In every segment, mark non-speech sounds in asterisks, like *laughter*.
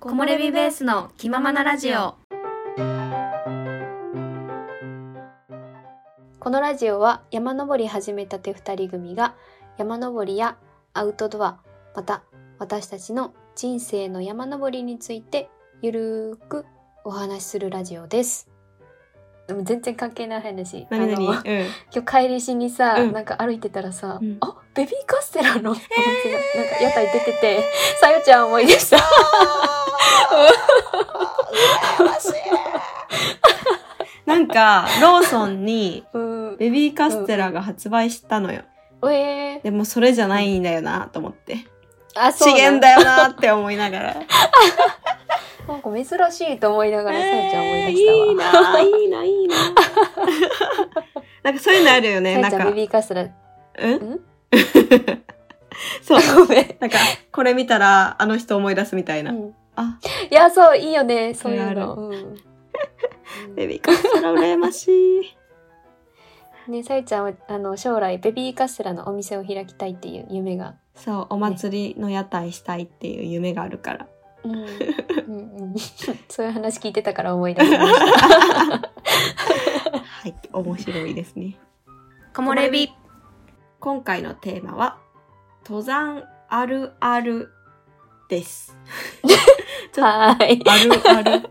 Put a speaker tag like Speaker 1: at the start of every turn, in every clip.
Speaker 1: 木漏れ日ベースの気ままなラジオ
Speaker 2: このラジオは山登り始めたて2人組が山登りやアウトドアまた私たちの人生の山登りについてゆるーくお話しするラジオです。でも全然関係ない話。
Speaker 1: 何々
Speaker 2: あ
Speaker 1: う
Speaker 2: の
Speaker 1: んえ
Speaker 2: 今日帰りしにさ、
Speaker 1: うん
Speaker 2: なんか歩いてたらさ、
Speaker 1: うん
Speaker 2: あベビーカステラのお店が、なんか屋台出てて、さよちゃん思い出
Speaker 1: *laughs*
Speaker 2: した。
Speaker 1: *laughs* なんかローソンに
Speaker 2: うん。
Speaker 1: ベビーカステラが発売したのよ
Speaker 2: えー、
Speaker 1: でもそれじゃないんだよなと思って
Speaker 2: あ、そう
Speaker 1: 資
Speaker 2: なん
Speaker 1: 源だよなって思いながら
Speaker 2: なんか珍しいと思いながら、さやちゃん思い出したわ。
Speaker 1: いいないいないい *laughs* ななんかそういうのあるよね
Speaker 2: さ
Speaker 1: な
Speaker 2: や
Speaker 1: ん
Speaker 2: ちゃん
Speaker 1: か
Speaker 2: ベビーカステラ。
Speaker 1: うん
Speaker 2: ん
Speaker 1: *laughs* そう
Speaker 2: ごめん。
Speaker 1: なんかこれ見たらあの人思い出すみたいな、
Speaker 2: うん
Speaker 1: あ
Speaker 2: いや、そう、いいよね、そういうの。
Speaker 1: ある
Speaker 2: うん
Speaker 1: *laughs* ベビーカステラ羨ましい
Speaker 2: ね、さゆちゃんはあの将来ベビーカステラのお店を開きたいっていう夢が、
Speaker 1: そうお祭りの屋台したいっていう夢があるから
Speaker 2: うん、うんうん *laughs* そういう話聞いてたから思い出しました。
Speaker 1: はい面白いですね
Speaker 2: 木
Speaker 1: 漏れ日今回のテーマは登山あるあるです *laughs* ちょっと *laughs*
Speaker 2: はーい。
Speaker 1: あるある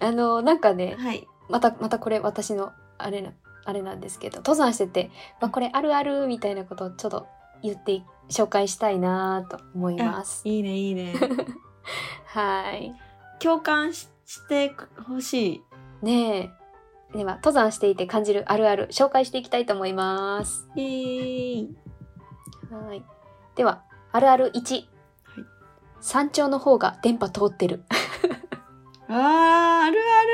Speaker 2: あのなんかね、
Speaker 1: はい
Speaker 2: またまたこれ私のあれなあれなんですけど、登山してて、まあこれあるあるみたいなことをちょっと言って紹介したいなと思います。
Speaker 1: いいねいい *laughs* ね
Speaker 2: はーい。
Speaker 1: 共感ししてほし
Speaker 2: ねえ、では登山していて感じるあるある紹介していきたいと思います。
Speaker 1: いイエーイ
Speaker 2: はい。では、あるある1。
Speaker 1: はい
Speaker 2: 山頂の方が電波通ってる。 *laughs*
Speaker 1: あーあるある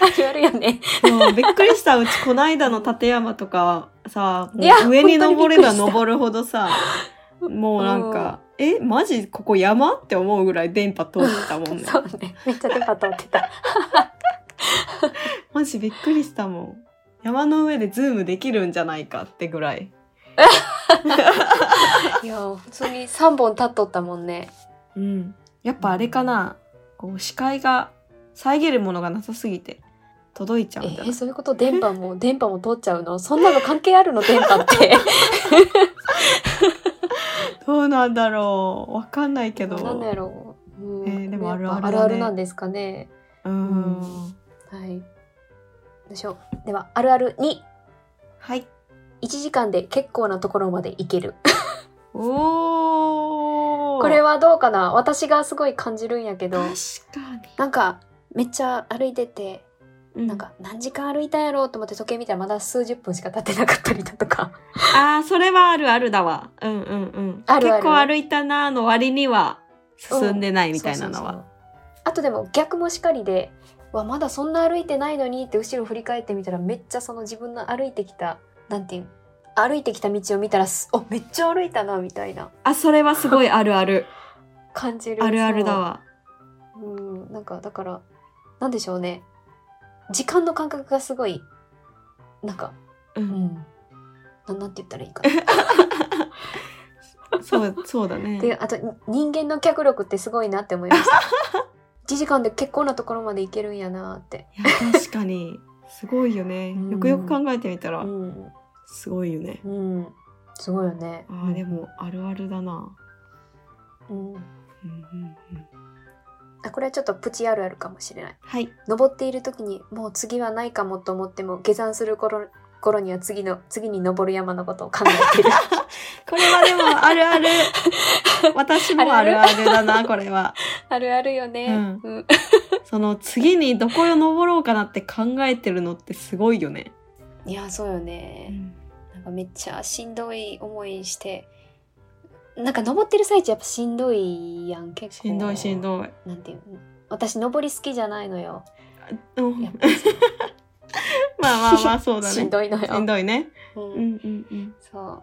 Speaker 2: あるあるよね。
Speaker 1: もうびっくりしたうちこないだの立山とかさも
Speaker 2: いや
Speaker 1: う上に登れば
Speaker 2: 本当にびっくりした
Speaker 1: 登るほどさもうなんか、えマジここ山って思うぐらい電波通ってたもんね
Speaker 2: そうね。めっちゃ電波通ってた。
Speaker 1: マジびっくりしたもん山の上でズームできるんじゃないかってぐらい
Speaker 2: いや、普通に3本立っとったもんね。
Speaker 1: うんやっぱあれかなこう視界が遮るものがなさすぎて届いちゃ
Speaker 2: え
Speaker 1: うんだな
Speaker 2: ー、そういうこと電
Speaker 1: *laughs*
Speaker 2: 波も、電波も通っちゃうのそんなの関係あるの電波って。
Speaker 1: どうなんだろうわかんないけど
Speaker 2: なんだろう。うん
Speaker 1: えーでもあるあるだね
Speaker 2: やっぱあるあるなんですかね。
Speaker 1: うん
Speaker 2: はい。どうでしょう。では、あるある2。
Speaker 1: はい
Speaker 2: 1時間で結構なところまで行ける。
Speaker 1: おお
Speaker 2: これはどうかな私がすごい感じるんやけど。
Speaker 1: 確か
Speaker 2: なんかめっちゃ歩いてて、
Speaker 1: に
Speaker 2: なんか何時間歩いたんやろうと思って時計見たらまだ数十分しか経ってなかったりだとか
Speaker 1: ああそれはあるあるだわうんうんうん
Speaker 2: あるある
Speaker 1: 結構歩いたなーの割には進んでないみたいなのは、
Speaker 2: そうそうそうあとでも逆もしかりでうわまだそんな歩いてないのにって後ろ振り返ってみたらめっちゃその自分の歩いてきたなんていうん歩いてきた道を見たらすおめっちゃ歩いたなみたいな
Speaker 1: あそれはすごいあるある
Speaker 2: 感じる
Speaker 1: あるあるだわ
Speaker 2: そううんなんかだからなんでしょうね時間の感覚がすごいなんか
Speaker 1: うん
Speaker 2: うんななんて言ったらい
Speaker 1: *laughs*
Speaker 2: いかな
Speaker 1: そう、そうだね。
Speaker 2: であとに人間の脚力ってすごいなって思いました
Speaker 1: *laughs*
Speaker 2: 1時間で結構なところまで行けるんやなって、
Speaker 1: いや確かに、すごいよね
Speaker 2: うん。
Speaker 1: よくよく考えてみたら
Speaker 2: う、ん
Speaker 1: すごいよね。
Speaker 2: うん、すごいよね
Speaker 1: ああ、でも、あるあるだな。
Speaker 2: うん、
Speaker 1: うんうんうん
Speaker 2: あこれはちょっとプチあるあるかもしれない
Speaker 1: はい。
Speaker 2: 登っている時にもう次はないかもと思っても下山する頃頃には次の次に登る山のことを考え
Speaker 1: *laughs*
Speaker 2: てる
Speaker 1: これはでも、あるある。私もあるあるだな、これは。
Speaker 2: あるあるよね、
Speaker 1: うん
Speaker 2: うん
Speaker 1: その、次にどこを登ろうかなって考えてるのってすごいよね。
Speaker 2: いやそうよね、なんかめっちゃしんどい思いしてなんか登ってる最中やっぱしんどいやん結構
Speaker 1: しんどいしんどい。
Speaker 2: なんていうの私登り好きじゃないのよ。
Speaker 1: うん
Speaker 2: やっぱ
Speaker 1: *laughs*
Speaker 2: りそう
Speaker 1: まあまあまあ、そうだね。
Speaker 2: *laughs* しんどいのよ。
Speaker 1: しんどいね。
Speaker 2: うん
Speaker 1: うんうんうん
Speaker 2: そう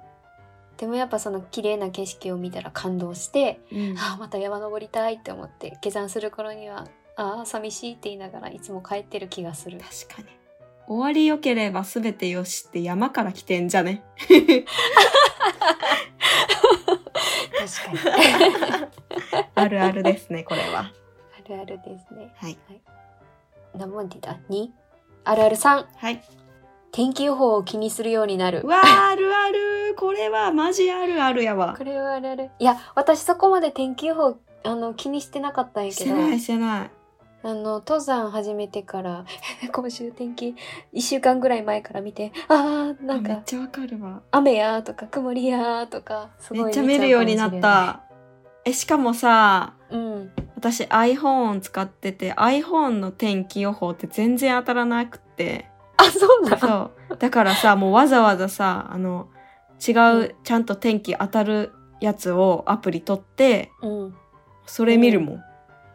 Speaker 2: でもやっぱその綺麗な景色を見たら感動して、
Speaker 1: うん。
Speaker 2: ああまた山登りたいって思って下山する頃にはああ寂しいって言いながらいつも帰ってる気がする。
Speaker 1: 確かに。終わり良ければ全て
Speaker 2: *laughs*
Speaker 1: よしって山から来てんじゃね。
Speaker 2: 確かに。
Speaker 1: あるあるですね、これは。
Speaker 2: *laughs* あるあるですね。
Speaker 1: はい。
Speaker 2: 何問でだ ?2? あるある3。
Speaker 1: はい。
Speaker 2: 天気予報を気にするようになる
Speaker 1: う。わー、あるある。これはマジあるあるやわ
Speaker 2: こ。れはあるある。いや、私そこまで天気予報あの気にしてなかったんや
Speaker 1: し
Speaker 2: け
Speaker 1: て
Speaker 2: ど、
Speaker 1: ないしてない。
Speaker 2: あの、登山始めてから、 *laughs* 今週天気1週間ぐらい前から見て、あー、なん
Speaker 1: あめっ
Speaker 2: か
Speaker 1: ちゃわかるわ。
Speaker 2: 雨やーとか曇りやーとか、すごい
Speaker 1: めっちゃ見るようになっ
Speaker 2: ちゃ
Speaker 1: た。え、しかもさ、
Speaker 2: うかもしれない。うん。
Speaker 1: 私 iPhone 使ってて iPhone の天気予報って全然当たらなくって *laughs*
Speaker 2: あ、そうなん
Speaker 1: そうだからさもうわざわざさあの違
Speaker 2: う
Speaker 1: うちゃんと天気当たるやつをアプリ取って
Speaker 2: うん。
Speaker 1: それ見るもん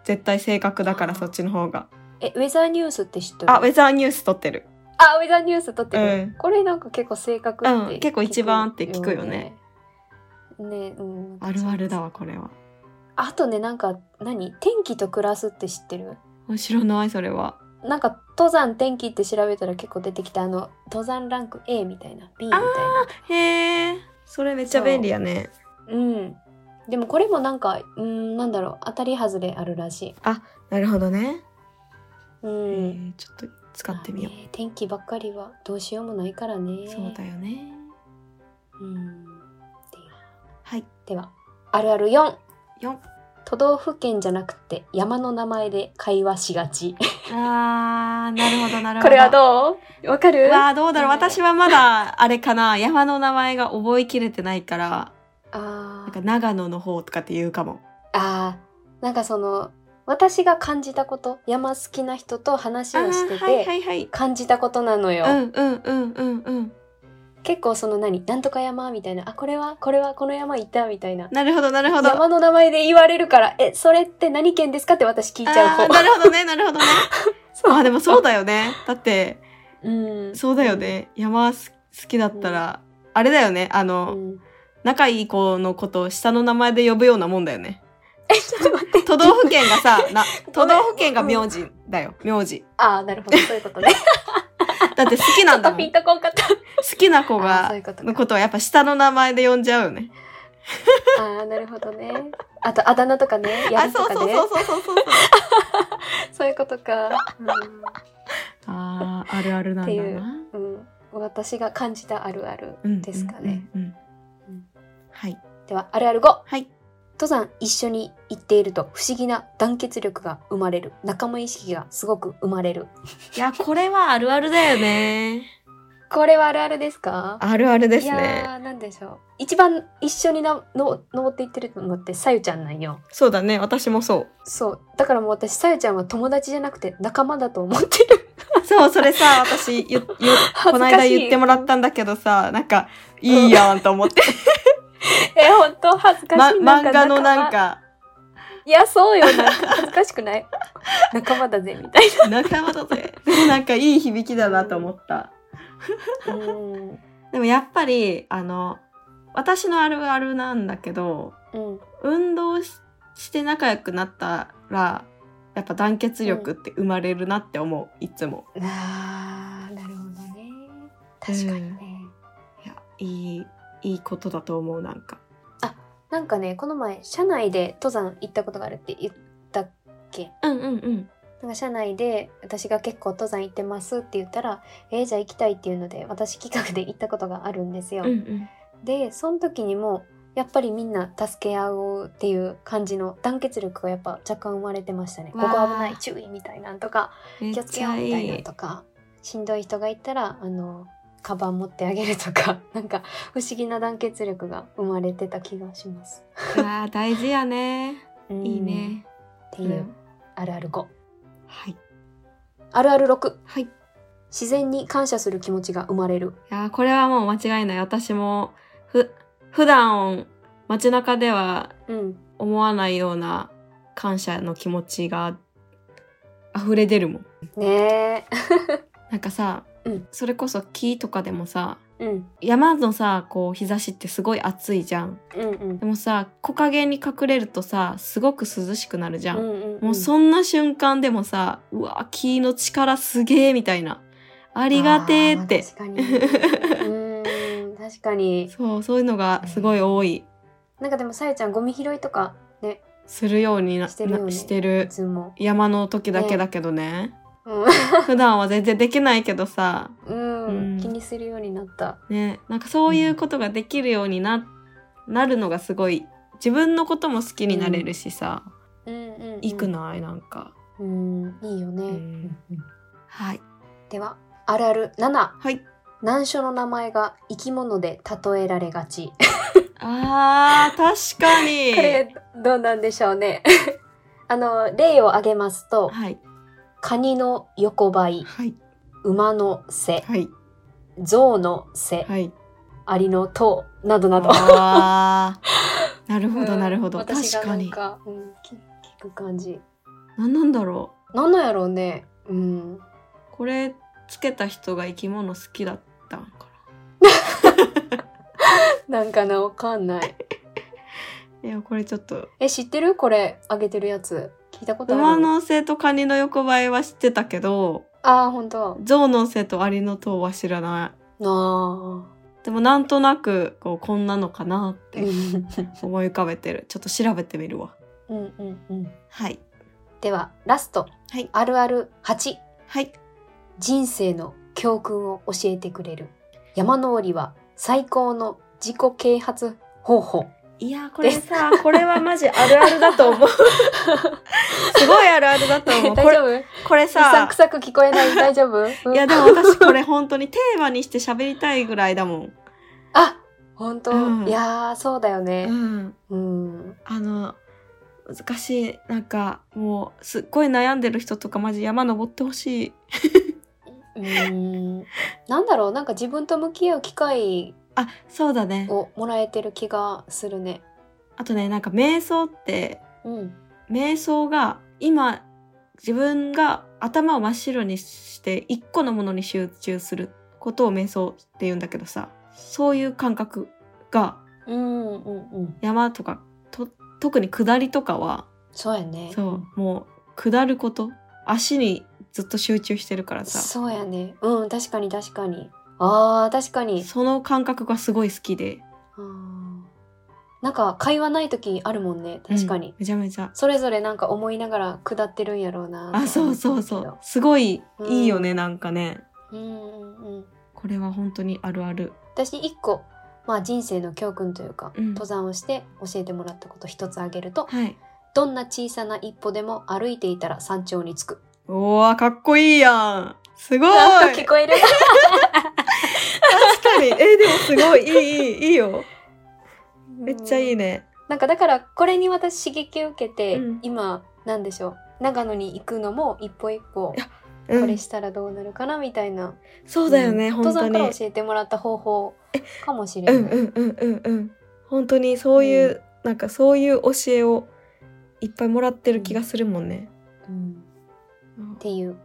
Speaker 1: 絶対正確だから
Speaker 2: あー
Speaker 1: そっちの方が
Speaker 2: え、ウェザーニュースって知ってる
Speaker 1: あウェザーニュース取ってる
Speaker 2: あ、ウェザーニュース撮ってる。
Speaker 1: うん
Speaker 2: これなんか結構正確って、
Speaker 1: うん結構一番って聞くよね。
Speaker 2: ね、うん。
Speaker 1: あるあるだわこれは
Speaker 2: あとね、なんか、何天気と暮らすって知ってる
Speaker 1: 知らないそれは
Speaker 2: なんか、登山天気って調べたら結構出てきた、あの、登山ランク A みたいな、B みたいな。
Speaker 1: へえそれめっちゃ便利やね
Speaker 2: うん。でもこれもなんか、うん、なんだろう、当たり外れあるらしい。
Speaker 1: なるほどね、
Speaker 2: う
Speaker 1: え
Speaker 2: ん。
Speaker 1: ーちょっと使ってみよ
Speaker 2: まあね天気ばっかりはどうしようもないからね。
Speaker 1: うそうだよね
Speaker 2: うん。
Speaker 1: はい
Speaker 2: では、あるある4。
Speaker 1: 4
Speaker 2: 都道府県じゃなくて山の名前で会話しがち。
Speaker 1: あーなるほどなるほど
Speaker 2: これはどうわかる
Speaker 1: わあどうだろう
Speaker 2: なんだろう
Speaker 1: 私はまだあれかな山の名前が覚えきれてないから
Speaker 2: あ
Speaker 1: なんか
Speaker 2: ー
Speaker 1: 長野の方とかって言うかも
Speaker 2: あーなんかその私が感じたこと山好きな人と話
Speaker 1: あ
Speaker 2: を
Speaker 1: ー
Speaker 2: してて、
Speaker 1: はいはいはい
Speaker 2: 感じたことなのよ、
Speaker 1: うんうんうんうんうん
Speaker 2: 結構その何なんとか山みたいなあこれはこれはこの山行ったみたいな
Speaker 1: なるほどなるほど
Speaker 2: 山の名前で言われるからえそれって何県ですかって私聞いちゃう
Speaker 1: あー
Speaker 2: 方
Speaker 1: なるほどねなるほどね
Speaker 2: *laughs* そう
Speaker 1: あーでもそうだよねだって
Speaker 2: うん
Speaker 1: そうだよね山す好きだったら、あれだよねあ
Speaker 2: う
Speaker 1: の、
Speaker 2: ん
Speaker 1: 仲いい子のことを下の名前で呼ぶようなもんだよね
Speaker 2: えちょっと待って
Speaker 1: 都道府県がさ
Speaker 2: *laughs*
Speaker 1: な都道府県が名字だよ名字
Speaker 2: ああなるほどそういうことね
Speaker 1: だって好き
Speaker 2: ちょ
Speaker 1: なん
Speaker 2: っ
Speaker 1: だも
Speaker 2: と
Speaker 1: ん
Speaker 2: ピン
Speaker 1: 好
Speaker 2: とこんかった
Speaker 1: きな子
Speaker 2: あー
Speaker 1: が
Speaker 2: そういうことか
Speaker 1: のことはやっぱ下の名前で呼んじゃうよね。
Speaker 2: ああなるほどねあとあだ名とかねや
Speaker 1: あ、
Speaker 2: ると
Speaker 1: そう
Speaker 2: かね
Speaker 1: そうそうそうそうそう。
Speaker 2: *laughs* そういうことか、
Speaker 1: ああ、あるあるなんんだ
Speaker 2: だなってい
Speaker 1: な。
Speaker 2: うんうん、私が感じたあるある
Speaker 1: うん、
Speaker 2: ですかね、。
Speaker 1: うん
Speaker 2: うん。
Speaker 1: はい。
Speaker 2: ではあるある5
Speaker 1: はい。
Speaker 2: 登山一緒に行っていると不思議な団結力が生まれる仲間意識がすごく生まれる
Speaker 1: いや、これはあるあるだよね。
Speaker 2: *laughs* これはあるあるですか
Speaker 1: あるあるです
Speaker 2: い
Speaker 1: ね。
Speaker 2: やーなんでしょう一番一緒になの登っていってるのってさゆちゃんなんよ
Speaker 1: そうだね。私もそ
Speaker 2: そうだからもう私さゆちゃんは友達じゃなくて仲間だと思ってる *laughs*
Speaker 1: う。そう、それさ、私、ゆ、ゆ、こ
Speaker 2: 恥
Speaker 1: の
Speaker 2: ずか
Speaker 1: 間
Speaker 2: しい
Speaker 1: 言ってもらったんだけどさ、なんか、いいやんと思って。
Speaker 2: え本当恥ずか
Speaker 1: ま、
Speaker 2: しい、
Speaker 1: 漫画のなん
Speaker 2: 仲間 *laughs*
Speaker 1: か、
Speaker 2: いやそうよ
Speaker 1: *laughs*
Speaker 2: なんか恥ずかしくない仲間だぜみたい
Speaker 1: 仲間だぜ。でもなんかいい響きだなと思った。
Speaker 2: なうん
Speaker 1: でもやっぱり、あの、私のあるあるなんだけど、
Speaker 2: うん
Speaker 1: 運動しして仲良くなったらやっぱ団結力って生まれるなって思う、いつも
Speaker 2: あーなるほどね確かにね、
Speaker 1: いやいいいいことだと思うなんか
Speaker 2: なんかねこの前社内で登山行ったことがあるって言ったっけ
Speaker 1: うんうんうん
Speaker 2: なんか社内で私が結構登山行ってますって言ったら「えーじゃあ行きたい」っていうので私企画で行ったことがあるんですよ。
Speaker 1: うんうん
Speaker 2: でその時にもやっぱりみんな助け合おうっていう感じの団結力がやっぱ若干生まれてましたね。こ
Speaker 1: わ
Speaker 2: こ
Speaker 1: あ
Speaker 2: 危ない注意みたいなんとか
Speaker 1: め
Speaker 2: 気を
Speaker 1: っ
Speaker 2: つけ
Speaker 1: ち
Speaker 2: よう
Speaker 1: ゃ
Speaker 2: みたいないの
Speaker 1: い
Speaker 2: とかしんどい人がいたらあのカバン持ってあげるとか *laughs* なんか不思議な団結力が生まれてた気がします。
Speaker 1: あ大事やね
Speaker 2: うん
Speaker 1: いい。ね、
Speaker 2: って
Speaker 1: う
Speaker 2: い
Speaker 1: ん
Speaker 2: うあるある5。
Speaker 1: はい
Speaker 2: あるある6
Speaker 1: はいい
Speaker 2: 自然に感謝する気持ちが生まれる。
Speaker 1: やこれはもう間違いない私もふ普段街中では
Speaker 2: うん。
Speaker 1: 思わないような感謝の気持ちが溢れ出るもん
Speaker 2: ね
Speaker 1: なんかさ、
Speaker 2: うん
Speaker 1: それこそ木とかでもさ
Speaker 2: え。うん。
Speaker 1: 山のさこう日差しってすごい暑いじゃん
Speaker 2: うんうん
Speaker 1: で。もさ木陰に隠れるとさすごく涼しくなるじゃん、
Speaker 2: うんうんうん、
Speaker 1: もうそんな瞬間でもさうわ木の力すげえみたいなあ
Speaker 2: あ
Speaker 1: りがてえって
Speaker 2: ー確かに。うーん、確かに。
Speaker 1: そうそういうのがすごい多い
Speaker 2: なんかでもさゆちゃんゴミ拾いとかね
Speaker 1: するようにな
Speaker 2: してるよね
Speaker 1: なしてる
Speaker 2: いつも
Speaker 1: 山の時だけだけどね
Speaker 2: うん *laughs*
Speaker 1: 普段は全然できないけどさ
Speaker 2: うん
Speaker 1: うん
Speaker 2: 気にするようになった。
Speaker 1: ねなんかそういうことができるようにななるのがすごい自分のことも好きになれるしさ、
Speaker 2: うんうん、うん
Speaker 1: いく。ないなんか
Speaker 2: うん、いいよね。
Speaker 1: うん
Speaker 2: うん
Speaker 1: はい
Speaker 2: では、あるある7。
Speaker 1: はい
Speaker 2: 難所の名前が生き物で例えられがち。こ
Speaker 1: あー確か
Speaker 2: *laughs*
Speaker 1: に
Speaker 2: れ、どうなんでしょうね。 *laughs* あの、例を挙げますと、
Speaker 1: はい
Speaker 2: カニの横ばい、
Speaker 1: はい
Speaker 2: 馬の背、
Speaker 1: はい
Speaker 2: 象の背、
Speaker 1: はい
Speaker 2: アリの頭、などなど。
Speaker 1: あーなるほ
Speaker 2: う
Speaker 1: ど
Speaker 2: ん
Speaker 1: なるほど、
Speaker 2: 私が
Speaker 1: 確か
Speaker 2: なん
Speaker 1: に
Speaker 2: か、うん、き聞く感じ。
Speaker 1: 何なんだろ
Speaker 2: なんなんやろうね。うん。
Speaker 1: うこれつけた人が生き物好きだったんか
Speaker 2: なんかな、わかんない。
Speaker 1: ないやこれちょっと
Speaker 2: え、知ってるこれ、あげてるやつ。聞いたことある
Speaker 1: 馬の背とカニの横ばいは知ってたけど
Speaker 2: ああ、ほんと。
Speaker 1: 象の背とアリの頭は知らない
Speaker 2: あ
Speaker 1: でもなんとなくこうこんなのかなっ
Speaker 2: あ。う
Speaker 1: て
Speaker 2: ん
Speaker 1: 思い浮かべてるちょっと調べてみるわ
Speaker 2: *laughs* うんうん。
Speaker 1: はい
Speaker 2: では、ラスト。
Speaker 1: はい
Speaker 2: あるある8。
Speaker 1: はい
Speaker 2: 人生の教訓を教えてくれる。山のりは最高の自己啓発
Speaker 1: *laughs*
Speaker 2: 方法。
Speaker 1: いやこれさこれはマジあるあるだと思う *laughs* すごいあるあるだと思 *laughs* う
Speaker 2: 大
Speaker 1: これ
Speaker 2: 丈夫
Speaker 1: これ
Speaker 2: うさん
Speaker 1: さ
Speaker 2: くさく聞こえない大丈夫
Speaker 1: いやでも私これ本当にテーマにして喋りたいぐらいだもん、
Speaker 2: あ本当、
Speaker 1: うん
Speaker 2: いやーそうだよ
Speaker 1: う
Speaker 2: ね。
Speaker 1: ん、
Speaker 2: うん。
Speaker 1: あの難しいなんかもうすっごい悩んでる人とかマジ山登ってほしい
Speaker 2: うん。なんだろうなんか自分と向き合う機会
Speaker 1: あそうだね
Speaker 2: をもらえてる気がするね。
Speaker 1: あとねなんか瞑想って
Speaker 2: うん。
Speaker 1: 瞑想が今自分が頭を真っ白にして一個のものに集中することを瞑想って言うんだけどさそういう感覚が
Speaker 2: うんうんうん。
Speaker 1: 山とかと特に下りとかは
Speaker 2: そうやね。
Speaker 1: そうもう下ること足にずっと集中してるからさ
Speaker 2: そうやね。うん、確かに確かに。ああ、確かに。
Speaker 1: その感覚がすごい好きで
Speaker 2: あーなんか会話ない時あるもんね。確かに。
Speaker 1: うんめちゃめちゃ
Speaker 2: それぞれなんか思いながら下ってるんやろうなとは思
Speaker 1: あ
Speaker 2: ったけど。
Speaker 1: そうそうそうすごいいいよね、
Speaker 2: う
Speaker 1: なんかね
Speaker 2: うんうんうん。
Speaker 1: これは本当にあるある
Speaker 2: 私一個、まあ人生の教訓というか、
Speaker 1: うん
Speaker 2: 登山をして教えてもらったこと一つ挙げると、
Speaker 1: はい
Speaker 2: どんな小さな一歩でも歩いていたら山頂に着く。
Speaker 1: おーかっこいいやんすごい
Speaker 2: 聞こえる
Speaker 1: 確か *laughs* にえでもすごいいいいいいいよ *laughs* めっちゃいい
Speaker 2: ね。
Speaker 1: ね
Speaker 2: なんかだからこれに私刺激を受けて、
Speaker 1: うん
Speaker 2: 今なんでしょう長野に行くのも一歩一
Speaker 1: う
Speaker 2: 歩これ
Speaker 1: ん
Speaker 2: したらどうなるかなみたいな、
Speaker 1: そうだよね、
Speaker 2: ん
Speaker 1: 本当
Speaker 2: 登山
Speaker 1: に
Speaker 2: から教えてもらった方法かもしれ
Speaker 1: う
Speaker 2: な
Speaker 1: ん
Speaker 2: い、
Speaker 1: うんうんうんうん本当にそういう、
Speaker 2: う
Speaker 1: なんかそういう教えをいっぱいもらってる気がするもんね、
Speaker 2: うんっていう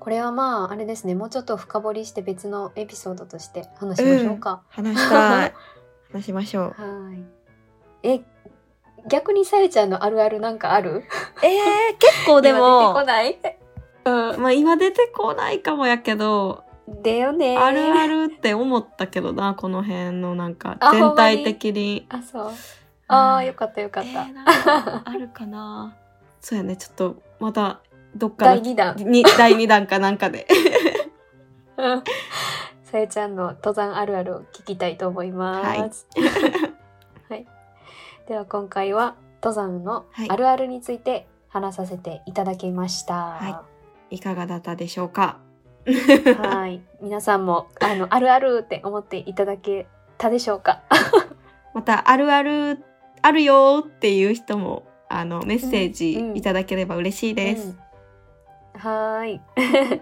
Speaker 2: これはまああれですねもうちょっと深掘りして別のエピソードとして話しましょうか、
Speaker 1: 話したい話しましょう
Speaker 2: はーいえ逆にさゆちゃんのあるあるなんかあ *laughs* る
Speaker 1: *laughs* えー、結構で
Speaker 2: 今出てこ
Speaker 1: も
Speaker 2: ない
Speaker 1: まあ今出てこないかもやけど、
Speaker 2: *laughs* だよね
Speaker 1: あるあるって思ったけどなこの辺のなんか
Speaker 2: あ
Speaker 1: 全体的に
Speaker 2: あそうあーよかったよかった、
Speaker 1: えーなんかあるかな *laughs* そうやねちょっとまたどっか
Speaker 2: 第
Speaker 1: の
Speaker 2: 2弾
Speaker 1: に第2弾かなんかで *laughs*
Speaker 2: うん *laughs* さゆちゃんの登山あるあるを聞きたいと思います。 *laughs* はい、では今回は登山の
Speaker 1: はい
Speaker 2: あるあるについて話させていただきました。はい
Speaker 1: かがだったでしょうか
Speaker 2: い、皆さんもあのあるあるって思っていただけたでしょうか。
Speaker 1: またあるあるあるよーっていう人もあのメッセージ
Speaker 2: うんうん
Speaker 1: いただければ嬉しいです、
Speaker 2: うんはーい、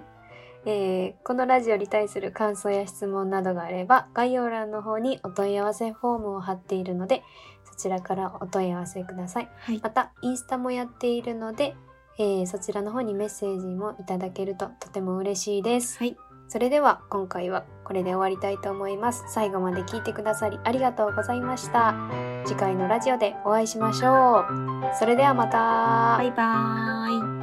Speaker 2: *laughs* えーこのラジオに対する感想や質問などがあれば概要欄の方にお問い合わせフォームを貼っているのでそちらからお問い合わせください。
Speaker 1: はい
Speaker 2: またインスタもやっているので、えーそちらの方にメッセージもいただけるととても嬉しいです。
Speaker 1: はい
Speaker 2: それでは今回はこれで終わりたいと思います。最後まで聞いてくださりありがとうございました。次回のラジオでお会いしましょう。それではまた。
Speaker 1: バイバーイ